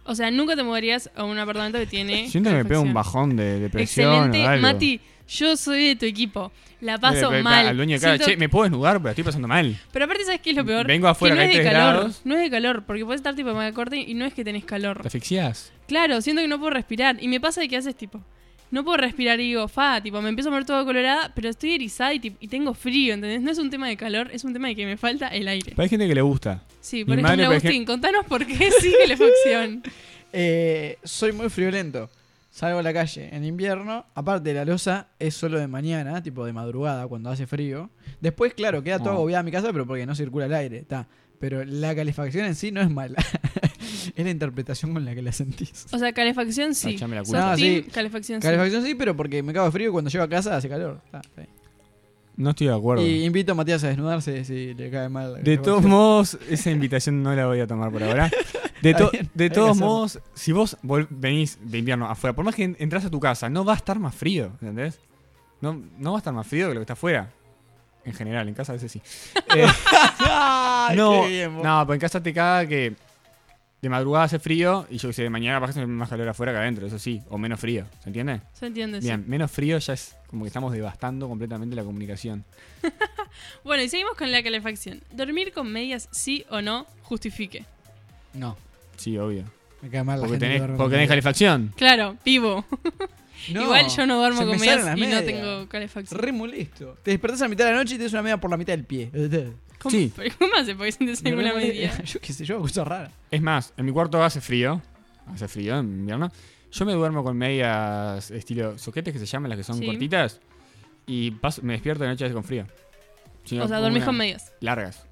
Speaker 3: O sea, nunca te mudarías a un apartamento que tiene.
Speaker 2: (laughs) Siento que me pego un
Speaker 3: calefacción.
Speaker 2: bajón de depresión.
Speaker 3: Excelente,
Speaker 2: o algo.
Speaker 3: Mati. Yo soy de tu equipo. La
Speaker 2: Le-
Speaker 3: paso
Speaker 2: le- le-
Speaker 3: mal.
Speaker 2: Al dueño de cara,
Speaker 3: Siento-
Speaker 2: che, me puedo desnudar, pero estoy pasando mal.
Speaker 3: Pero aparte, ¿sabes qué es lo peor?
Speaker 2: Vengo afuera,
Speaker 3: que no
Speaker 2: acá
Speaker 3: es de
Speaker 2: hay tres
Speaker 3: calor.
Speaker 2: grados.
Speaker 3: No es de calor, porque puedes estar tipo manga corte y no es que tenés calor.
Speaker 2: Te asfixias.
Speaker 3: Claro, siento que no puedo respirar. Y me pasa de que haces tipo. No puedo respirar y digo, fa, tipo, me empiezo a poner toda colorada, pero estoy erizada y, tipo, y tengo frío, ¿entendés? No es un tema de calor, es un tema de que me falta el aire.
Speaker 2: Pero hay gente que le gusta.
Speaker 3: Sí,
Speaker 2: Mi
Speaker 3: por
Speaker 2: madre,
Speaker 3: ejemplo,
Speaker 2: por
Speaker 3: Agustín, contanos por qué (laughs) sí calefacción.
Speaker 4: Eh, soy muy friolento. Salgo a la calle en invierno. Aparte, la losa es solo de mañana, tipo de madrugada, cuando hace frío. Después, claro, queda todo
Speaker 2: Ah.
Speaker 4: agobiada mi casa, pero porque no circula el aire. está Pero la calefacción en sí no es mala. (laughs) es la interpretación con la que la sentís.
Speaker 3: O sea, calefacción sí.
Speaker 2: echame la
Speaker 3: Sos
Speaker 2: culpa.
Speaker 4: Ah,
Speaker 3: team
Speaker 4: sí.
Speaker 3: calefacción sí.
Speaker 4: Calefacción sí, pero porque me cago de frío y cuando llego a casa hace calor. Está, está bien.
Speaker 2: No estoy de acuerdo.
Speaker 4: Y invito a Matías a desnudarse si le cae mal.
Speaker 2: De todos modos, esa invitación no la voy a tomar por ahora. De, to-
Speaker 4: (laughs) Está bien,
Speaker 2: de
Speaker 4: hay que
Speaker 2: todos
Speaker 4: hacerlo.
Speaker 2: modos, si vos vol- venís de invierno afuera, por más que en- entras a tu casa, no va a estar más frío, ¿entendés? No, no va a estar más frío que lo que está afuera. En general, en casa a
Speaker 4: (laughs)
Speaker 2: veces sí. Eh,
Speaker 4: Ay,
Speaker 2: no,
Speaker 4: qué bien, vos.
Speaker 2: no, pero en casa te caga que de madrugada hace frío y yo que sé, de mañana bajas más calor afuera que adentro, eso sí, o menos frío, ¿se entiende?
Speaker 3: ¿Se entiende? sí.
Speaker 2: Bien, menos frío ya es como que estamos devastando completamente la comunicación.
Speaker 3: Bueno, y seguimos con la calefacción. ¿Dormir con medias sí o no? Justifique.
Speaker 4: No,
Speaker 2: Sí, obvio.
Speaker 4: me cae mal la
Speaker 2: Porque
Speaker 4: gente que
Speaker 2: tenés,
Speaker 4: duerme con
Speaker 2: porque tenés
Speaker 4: medias.
Speaker 2: calefacción.
Speaker 3: Claro, vivo.
Speaker 4: No,
Speaker 3: Igual yo no duermo
Speaker 4: se me
Speaker 3: con
Speaker 4: salen
Speaker 3: medias
Speaker 4: las
Speaker 3: y no
Speaker 4: medias.
Speaker 3: tengo calefacción.
Speaker 4: Re molesto. Te despertás a mitad de la noche y tenés una media por la mitad del pie.
Speaker 5: Este,
Speaker 3: ¿Cómo,
Speaker 2: Sí.
Speaker 3: pero (laughs) ¿cómo hace? Porque sientes
Speaker 4: Me
Speaker 3: alguna
Speaker 4: re molesta.
Speaker 3: medida.
Speaker 4: (laughs) Yo qué sé, yo hago cosas raras.
Speaker 2: Es más, en mi cuarto hace frío. Hace frío en invierno. Yo me duermo con medias estilo soquetes que se llaman las que son
Speaker 3: Sí.
Speaker 2: cortitas. Y paso- me despierto de noche con frío. Si no,
Speaker 3: O sea,
Speaker 2: pongo
Speaker 3: dormís
Speaker 2: una-
Speaker 3: con medias.
Speaker 2: Largas.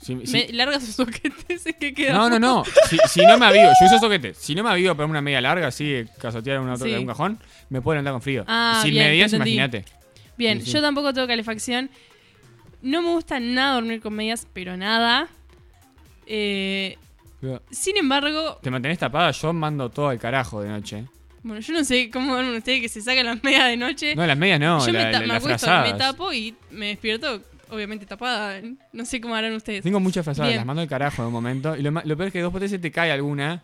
Speaker 2: Si- si-
Speaker 3: Me- largas sus (laughs) soquetes y que queda.
Speaker 2: no, no, no. Si, si no me avivo, yo uso soquetes. Si no me avivo a poner una media larga, así, casotear en una
Speaker 3: Sí.
Speaker 2: en un cajón, me puedo andar con frío.
Speaker 3: Ah,
Speaker 2: Sin
Speaker 3: bien, te
Speaker 2: medias,
Speaker 3: entendí.
Speaker 2: imagínate.
Speaker 3: Bien,
Speaker 2: Sí, sí.
Speaker 3: yo tampoco tengo calefacción. No me gusta nada dormir con medias, pero nada. Eh, sin embargo,
Speaker 2: Te mantenés tapada, yo mando todo al carajo de noche.
Speaker 3: bueno, yo no sé cómo duermen ustedes que se sacan las medias de noche.
Speaker 2: No, las medias no,
Speaker 3: yo
Speaker 2: la-
Speaker 3: me, ta-
Speaker 2: la-
Speaker 3: me
Speaker 2: las
Speaker 3: acuesto,
Speaker 2: frazadas.
Speaker 3: me tapo y me despierto, obviamente tapada. No sé cómo harán (laughs) ustedes.
Speaker 2: Tengo muchas frazadas,
Speaker 3: Bien.
Speaker 2: las mando al carajo de un momento. Y lo, ma- lo peor es que dos veces te cae alguna.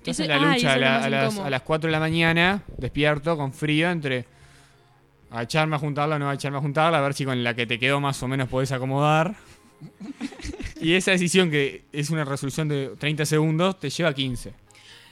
Speaker 2: Estás
Speaker 3: Eso-
Speaker 2: en la
Speaker 3: ay,
Speaker 2: lucha
Speaker 3: eso
Speaker 2: a,
Speaker 3: es lo
Speaker 2: la-
Speaker 3: más
Speaker 2: a las,
Speaker 3: incómodo.
Speaker 2: a las 4 de la mañana, despierto con frío entre echarme a juntarla o no echarme a juntarla, a ver si con la que te quedó más o menos podés
Speaker 3: (laughs)
Speaker 2: acomodar. y esa decisión que es una resolución de 30 segundos te lleva a 15.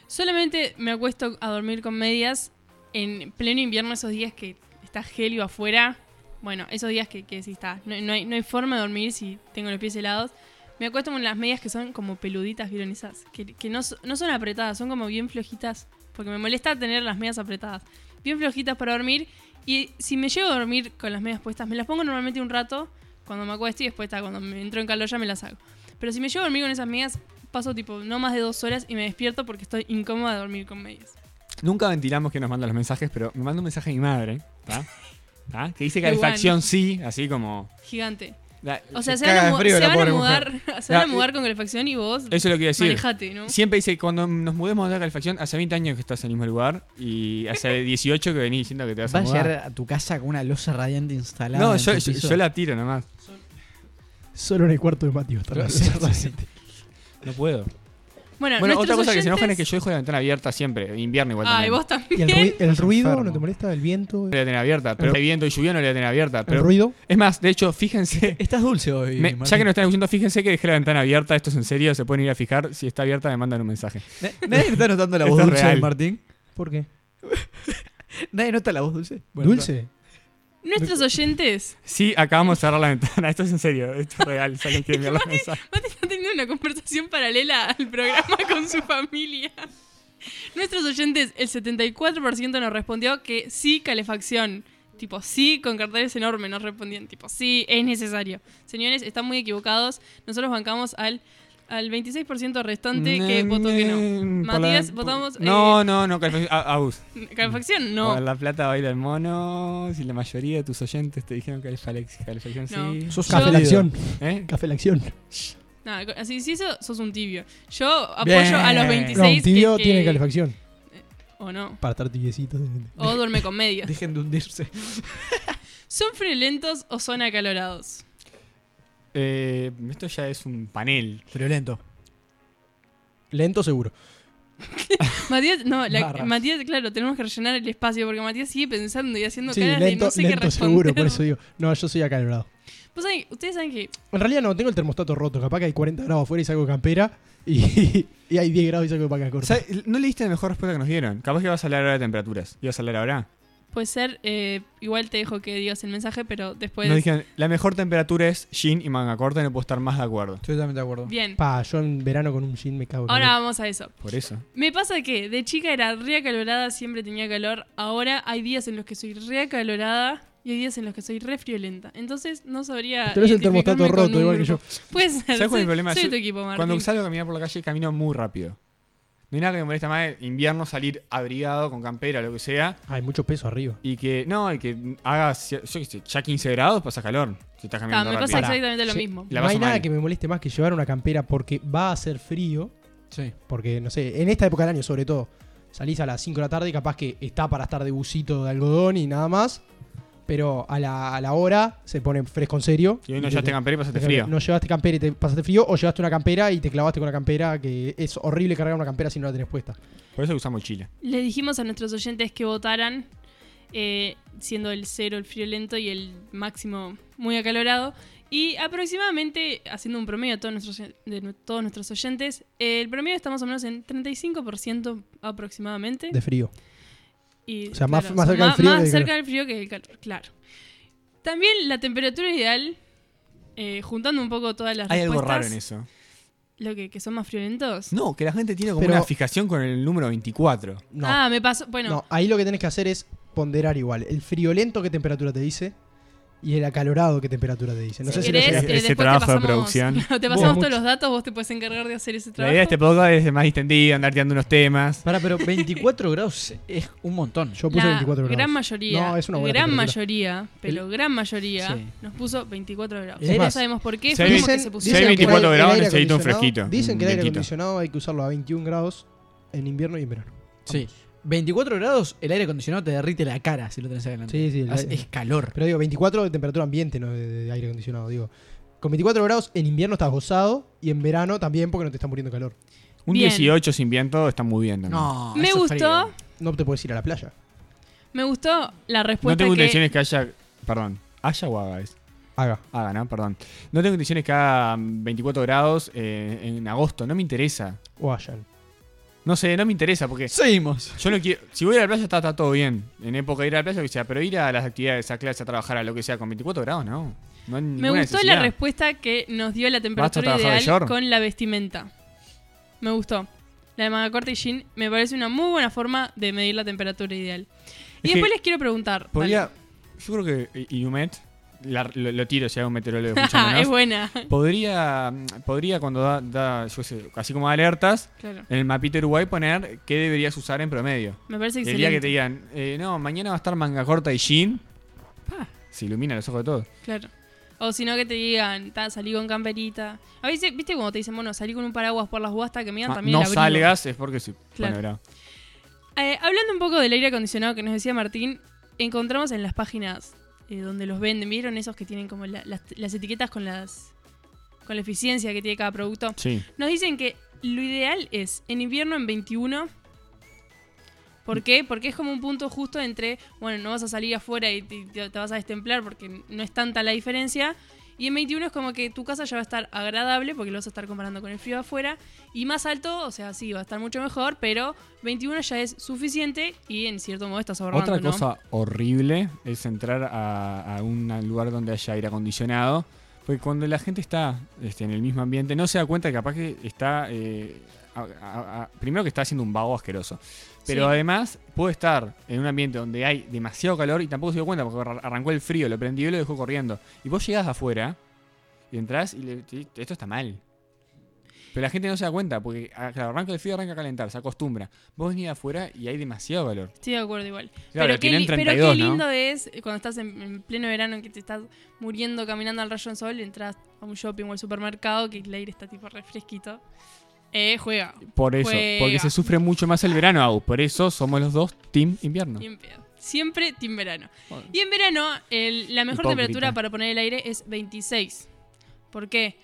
Speaker 3: Solamente me acuesto a dormir con medias en pleno invierno, esos días que está gélido afuera. Bueno, esos días que, que sí está. No, no hay, no hay forma de dormir si tengo los pies helados. Me acuesto con las medias que son como peluditas, ¿vieron esas? Que, que no, so- no son apretadas, son como bien flojitas. Porque me molesta tener las medias apretadas. Bien flojitas para dormir. Y si me llego a dormir con las medias puestas, me las pongo normalmente un rato cuando me acuesto y después ta, cuando me entro en calor ya me las hago. Pero si me llevo a dormir con esas medias, paso tipo no más de dos horas y me despierto porque estoy incómoda de dormir con medias.
Speaker 2: Nunca ventilamos que nos manda los mensajes, pero me manda un mensaje mi madre, ¿tá? ¿Tá? Que dice
Speaker 3: Qué bueno.
Speaker 2: calefacción sí, así como...
Speaker 3: Gigante.
Speaker 2: la-
Speaker 3: O sea,
Speaker 5: Se
Speaker 3: se, van,
Speaker 5: caga
Speaker 3: a
Speaker 5: de
Speaker 3: mu-
Speaker 5: frío
Speaker 3: se
Speaker 5: la
Speaker 3: van a
Speaker 5: pobre
Speaker 3: mudar, (laughs) se van a
Speaker 2: La-
Speaker 3: mudar con calefacción y vos
Speaker 2: eso es lo que iba a decir.
Speaker 3: manejate, ¿no?
Speaker 2: Siempre dice, cuando nos mudemos de la calefacción, hace 20 años que estás en el mismo lugar y
Speaker 3: (laughs)
Speaker 2: hace 18 que venís diciendo que te vas a
Speaker 4: Vas a llegar
Speaker 2: mudar.
Speaker 4: a tu casa con una losa radiante instalada.
Speaker 2: No,
Speaker 4: en
Speaker 2: yo,
Speaker 4: tu
Speaker 2: yo-
Speaker 4: piso.
Speaker 2: yo la tiro nomás.
Speaker 5: Solo en el cuarto de Mati va a estar la losa radiante.
Speaker 2: No puedo.
Speaker 3: Bueno,
Speaker 2: Bueno, otra
Speaker 3: nuestros
Speaker 2: cosa que se enojan es
Speaker 3: oyentes-
Speaker 2: que yo dejo la ventana abierta siempre, invierno igual.
Speaker 3: Ay,
Speaker 2: también.
Speaker 3: vos también.
Speaker 5: ¿Y el, ruido- el
Speaker 4: Estás
Speaker 5: ruido?
Speaker 4: enfermo.
Speaker 5: ¿No te molesta? ¿El viento?
Speaker 2: No la voy a tener abierta, pero
Speaker 5: El-
Speaker 2: hay viento y lluvia no la voy a tener abierta.
Speaker 5: ¿El
Speaker 2: Pero...
Speaker 5: ruido?
Speaker 2: Es más, de hecho,
Speaker 4: (laughs)
Speaker 2: fíjense,
Speaker 4: Estás dulce hoy.
Speaker 2: me-
Speaker 4: Martín.
Speaker 2: ya que nos están escuchando, fíjense que dejé la ventana abierta, esto es en serio, se pueden ir a fijar, si está abierta me mandan un mensaje.
Speaker 4: Na- Nadie está notando la voz
Speaker 2: (laughs) Esto es
Speaker 4: dulce
Speaker 2: real.
Speaker 4: de Martín.
Speaker 5: ¿Por qué?
Speaker 4: (laughs) Nadie nota la voz dulce. Bueno,
Speaker 5: ¿Dulce?
Speaker 3: Nuestros oyentes
Speaker 2: Sí, acabamos de cerrar la ventana, esto es en serio, esto es real, salen que
Speaker 3: (laughs)
Speaker 2: enviar los mensajes.
Speaker 3: están teniendo una conversación paralela al programa con su familia. Nuestros oyentes, el 74% nos respondió que sí, calefacción. Tipo, sí, con carteles enormes nos respondían. Tipo, sí, es necesario. Señores, están muy equivocados. Nosotros bancamos al, al 26% restante que votó que no.
Speaker 2: Mm, por
Speaker 3: Matías, votamos,
Speaker 2: No,
Speaker 3: eh,
Speaker 2: no, no, calefacción- a- abus.
Speaker 3: Calefacción,
Speaker 2: Por
Speaker 3: no.
Speaker 2: la plata baila el mono. Si la mayoría de tus oyentes te dijeron que calefacción
Speaker 3: No.
Speaker 2: sí.
Speaker 5: Sos
Speaker 3: Yo-
Speaker 5: café la acción.
Speaker 2: ¿Eh?
Speaker 5: Café la acción.
Speaker 3: Nada, así si eso sos un tibio. Yo apoyo
Speaker 4: Bien.
Speaker 3: a los
Speaker 4: No,
Speaker 3: 26
Speaker 5: No, un tibio
Speaker 3: que- que-
Speaker 5: tiene calefacción.
Speaker 3: O no.
Speaker 5: Para estar tibiecito.
Speaker 3: O duerme con medias.
Speaker 4: Dejen de hundirse.
Speaker 3: ¿Son friolentos o son acalorados?
Speaker 2: Eh, esto ya es un panel.
Speaker 4: Friolento.
Speaker 5: Lento seguro.
Speaker 3: Matías, no, la-
Speaker 4: Barras.
Speaker 3: Matías, claro, tenemos que rellenar el espacio porque Matías sigue pensando y haciendo
Speaker 5: Sí,
Speaker 3: caras de
Speaker 5: lento,
Speaker 3: no sé qué
Speaker 5: lento
Speaker 3: responder.
Speaker 5: seguro, por eso digo. No, yo soy acalorado.
Speaker 3: Vos saben- ustedes saben que
Speaker 5: En realidad no, tengo el termostato roto. Capaz que hay 40 grados afuera y saco de campera. Y, (laughs) y hay 10 grados y saco de paca corta.
Speaker 2: ¿Sabes? No leíste la mejor respuesta que nos dieron. Capaz que vas a hablar ahora de temperaturas. ¿Ibas a hablar ahora?
Speaker 3: puede ser, eh, igual te dejo que digas el mensaje, pero después...
Speaker 2: Nos dijeron, la mejor temperatura es jean y manga corta. No puedo estar más de acuerdo.
Speaker 4: Estoy totalmente de acuerdo.
Speaker 3: Bien,
Speaker 5: Pa, yo en verano con un jean me cago. en
Speaker 3: ahora vamos a eso.
Speaker 2: Por eso.
Speaker 3: Me pasa que de chica era re acalorada, siempre tenía calor. Ahora hay días en los que soy re acalorada y hay días en los que soy re friolenta. Entonces no sabría.
Speaker 5: Tenés el
Speaker 3: identificarme
Speaker 5: termostato
Speaker 3: con
Speaker 5: roto,
Speaker 3: un
Speaker 5: igual que
Speaker 3: grupo. Puede
Speaker 2: ¿Sabés
Speaker 3: ser.
Speaker 2: cuál es
Speaker 3: soy-
Speaker 2: el problema?
Speaker 3: Soy
Speaker 2: Yo-
Speaker 3: tu equipo, Martín.
Speaker 2: Cuando salgo a caminar por la calle, camino muy rápido. No hay nada que me molesta más en invierno salir abrigado con campera, lo que sea,
Speaker 5: Hay mucho peso arriba.
Speaker 2: y que, no, y que haga, yo qué sé, ya 15 grados pasa calor. Si estás
Speaker 3: Ta,
Speaker 2: caminando
Speaker 3: me pasa
Speaker 2: rápido.
Speaker 3: exactamente lo
Speaker 5: Sí.
Speaker 3: mismo.
Speaker 2: La
Speaker 5: no
Speaker 2: paso
Speaker 5: hay nada
Speaker 2: mal.
Speaker 5: que me moleste más que llevar una campera porque va a hacer frío.
Speaker 4: Sí.
Speaker 5: Porque, no sé, en esta época del año, sobre todo, salís a las 5 de la tarde y capaz que está para estar de bucito de algodón y nada más. Pero a la, a la hora se pone fresco en serio.
Speaker 2: Y hoy no llevaste campera y pasaste
Speaker 5: Pero
Speaker 2: frío.
Speaker 5: No llevaste campera y te pasaste frío, o llevaste una campera y te clavaste con la campera, que es horrible cargar una campera si no la tenés puesta.
Speaker 2: Por eso usamos mochila.
Speaker 3: Le dijimos a nuestros oyentes que votaran, eh, siendo el cero el friolento y el máximo muy acalorado. Y aproximadamente, haciendo un promedio a todos nuestros, de nu- todos nuestros oyentes, eh, el promedio está más o menos en 35% aproximadamente.
Speaker 5: De frío.
Speaker 3: Y,
Speaker 5: O sea, más- más cerca del
Speaker 3: ma-
Speaker 5: frío
Speaker 3: más
Speaker 5: que del
Speaker 3: cerca del frío que del calor, claro. También la temperatura ideal, eh, juntando un poco todas las
Speaker 2: Hay algo
Speaker 3: respuestas.
Speaker 2: raro en eso.
Speaker 3: ¿Lo que, que son más friolentos?
Speaker 2: No, que la gente tiene como
Speaker 5: Pero-
Speaker 2: una fijación con el número 24.
Speaker 5: No,
Speaker 3: Ah, me pasó. Bueno,
Speaker 5: no, ahí lo que tenés que hacer es ponderar igual. El friolento, ¿qué temperatura te dice? Y el acalorado, ¿qué temperatura te dice? No
Speaker 3: si
Speaker 5: sé si lo
Speaker 3: querés,
Speaker 5: llegaste-
Speaker 2: llegaste.
Speaker 3: eh,
Speaker 2: Ese
Speaker 3: después
Speaker 2: trabajo
Speaker 3: te
Speaker 2: de
Speaker 3: pasamos,
Speaker 2: producción.
Speaker 3: (laughs) Te
Speaker 5: Vos,
Speaker 3: pasamos
Speaker 5: mucho.
Speaker 3: todos los datos, vos te puedes encargar de hacer ese
Speaker 2: La
Speaker 3: trabajo.
Speaker 2: idea de este podcast es más distendida, andar tirando unos temas.
Speaker 4: Pará, pero 24 grados es un montón.
Speaker 5: Yo puse
Speaker 3: La
Speaker 5: 24 grados.
Speaker 3: gran mayoría,
Speaker 5: No, es una buena
Speaker 3: gran
Speaker 5: temperatura.
Speaker 3: mayoría, pero gran mayoría
Speaker 4: Sí.
Speaker 3: nos puso 24 grados.
Speaker 5: Es
Speaker 3: no
Speaker 5: más,
Speaker 3: sabemos por qué,
Speaker 2: si
Speaker 3: fue
Speaker 2: hay-
Speaker 3: como que
Speaker 2: dicen-
Speaker 3: se
Speaker 2: si hay
Speaker 3: pusieron.
Speaker 2: 24
Speaker 5: que el
Speaker 2: grados,
Speaker 5: aire
Speaker 2: necesito un
Speaker 5: acondicionado-
Speaker 2: fresquito,
Speaker 5: Dicen que
Speaker 2: un
Speaker 5: el aire
Speaker 2: ventito.
Speaker 5: acondicionado hay que usarlo a 21 grados en invierno y en verano.
Speaker 4: Sí. 24 grados, el aire acondicionado te derrite la cara si lo tenés adelante.
Speaker 5: Sí, sí, el
Speaker 4: Hace-
Speaker 5: aire-
Speaker 4: Es calor.
Speaker 5: Pero digo, 24 de temperatura ambiente, no de, de aire acondicionado. Digo, con 24 grados en invierno estás gozado y en verano también porque no te está muriendo calor.
Speaker 2: Un
Speaker 3: Bien.
Speaker 2: 18 sin viento está muy bien también.
Speaker 4: No,
Speaker 3: Me
Speaker 4: eso es
Speaker 3: gustó,
Speaker 4: frío.
Speaker 5: No te puedes ir a la playa.
Speaker 3: me gustó la
Speaker 2: No
Speaker 3: respuesta
Speaker 2: tengo
Speaker 3: que
Speaker 2: intenciones que haya. Perdón. ¿Haya o haga es?
Speaker 5: Haga.
Speaker 2: Haga, ¿no? Perdón. No tengo intenciones que haga mm, 24 grados eh, en agosto. No me interesa.
Speaker 5: O hayan.
Speaker 2: No sé, no me interesa porque.
Speaker 4: Seguimos.
Speaker 2: Yo no quiero. Si voy a ir a la playa, está, está todo bien. En época de ir a la playa, lo que sea. Pero ir a las actividades, a clase, a trabajar, a lo que sea, con 24 grados, no. No hay
Speaker 3: me
Speaker 2: ninguna
Speaker 3: gustó la
Speaker 2: necesidad.
Speaker 3: respuesta que nos dio la temperatura
Speaker 2: trabajar de
Speaker 3: ideal
Speaker 2: short.
Speaker 3: con la vestimenta. Me gustó. La de manga corta y jean me parece una muy buena forma de medir la temperatura ideal. Y
Speaker 2: Es que
Speaker 3: después les quiero preguntar.
Speaker 2: Podría. Yo creo que I- Iumet. la- lo, lo tiro si hago un
Speaker 3: (laughs)
Speaker 2: meteorólogo.
Speaker 3: dale.
Speaker 2: mucho menos.
Speaker 3: es buena.
Speaker 2: Podría, podría cuando da, da, yo qué sé, así como alertas,
Speaker 3: Claro.
Speaker 2: en el mapita de Uruguay poner qué deberías usar en promedio.
Speaker 3: Me parece
Speaker 2: Y El día que te digan,
Speaker 3: excelente.
Speaker 2: eh, no, mañana va a estar manga corta y jean,
Speaker 3: Pa.
Speaker 2: se ilumina los ojos de todos.
Speaker 3: Claro. O si no que te digan, ta, salí con camperita. A veces, viste cuando te dicen, bueno, salí con un paraguas por las guastas que me dan
Speaker 2: Ma-
Speaker 3: también
Speaker 2: No
Speaker 3: el abrigo.
Speaker 2: salgas, es porque sí.
Speaker 3: Claro.
Speaker 2: Bueno, era.
Speaker 3: Eh, hablando un poco del aire acondicionado que nos decía Martín, encontramos en las páginas eh, donde los venden, ¿vieron esos que tienen como la- las, las etiquetas con las con la eficiencia que tiene cada producto?
Speaker 2: Sí.
Speaker 3: Nos dicen que lo ideal es en invierno en 21. ¿Por qué? Porque es como un punto justo entre, bueno, no vas a salir afuera y te, te- te vas a destemplar porque no es tanta la diferencia. Y en 21 es como que tu casa ya va a estar agradable porque lo vas a estar comparando con el frío de afuera. Y más alto, o sea, sí, va a estar mucho mejor, pero 21 ya es suficiente y en cierto modo estás ahorrando.
Speaker 2: Otra
Speaker 3: ¿no?
Speaker 2: cosa horrible es entrar a, a un lugar donde haya aire acondicionado. Porque cuando la gente está este, en el mismo ambiente, no se da cuenta que capaz que está. eh, a- a- a- primero que está haciendo un vago asqueroso. Pero
Speaker 3: Sí.
Speaker 2: además puede estar en un ambiente donde hay demasiado calor y tampoco se dio cuenta porque arran- arrancó el frío, lo prendió y lo dejó corriendo. Y vos llegás de afuera y entrás y le- te- esto está mal. Pero la gente no se da cuenta porque ah, claro, arranca el frío, arranca a calentar, se acostumbra. Vos venís de afuera y hay demasiado calor.
Speaker 3: Estoy de acuerdo igual.
Speaker 2: Claro,
Speaker 3: pero, qué
Speaker 2: tienen
Speaker 3: li- pero
Speaker 2: 32,
Speaker 3: qué
Speaker 2: ¿no?
Speaker 3: lindo es eh, cuando estás en, en pleno verano en que te estás muriendo caminando al rayo del sol, entras a un shopping o al supermercado que el aire está tipo refresquito. Eh, juega.
Speaker 2: Por eso,
Speaker 3: Juega.
Speaker 2: porque se sufre mucho más el verano, Agus. Por eso somos los dos Team Invierno.
Speaker 3: Bien pedo. Siempre team verano. Y en verano, el- la mejor
Speaker 2: Hipócrita.
Speaker 3: temperatura para poner el aire es 26. ¿Por qué?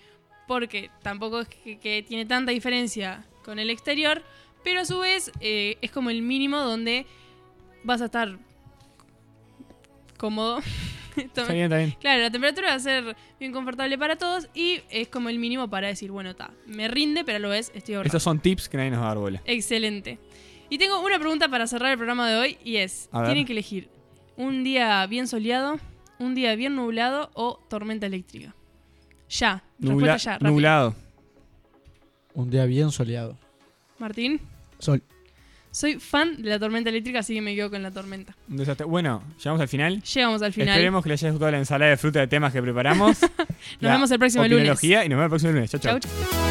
Speaker 3: Porque tampoco es que, que tiene tanta diferencia con el exterior, pero a su vez eh, es como el mínimo donde vas a estar cómodo. (laughs)
Speaker 2: Está bien, está bien.
Speaker 3: Claro, la temperatura va a ser bien confortable para todos y es como el mínimo para decir, bueno, está, me rinde, pero a lo es, estoy ahorrando.
Speaker 2: Estos son tips que nadie nos va a dar bola.
Speaker 3: Excelente. Y tengo una pregunta para cerrar el programa de hoy y es,
Speaker 2: A ver.
Speaker 3: tienen que elegir un día bien soleado, un día bien nublado o tormenta eléctrica. Ya,
Speaker 2: Nubla-
Speaker 3: respuesta ya, rápido.
Speaker 2: nublado.
Speaker 4: Un día bien soleado.
Speaker 3: Martín,
Speaker 5: Sol.
Speaker 3: soy fan de la tormenta eléctrica, así que me quedo con la tormenta.
Speaker 2: Un desastre. Bueno, llegamos al final.
Speaker 3: Llegamos al final.
Speaker 2: Esperemos que les haya gustado la ensalada de fruta de temas que preparamos.
Speaker 3: (laughs) Nos vemos el próximo lunes.
Speaker 2: opinología Y nos vemos el próximo lunes. Chau, chau.
Speaker 3: Chau, chau.